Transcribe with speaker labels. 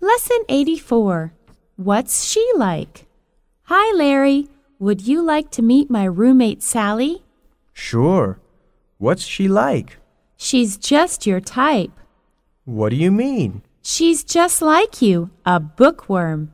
Speaker 1: Lesson 84 What's She Like? Hi, Larry. Would you like to meet my roommate, Sally?
Speaker 2: Sure. What's she like?
Speaker 1: She's just your type.
Speaker 2: What do you mean?
Speaker 1: She's just like you, a bookworm.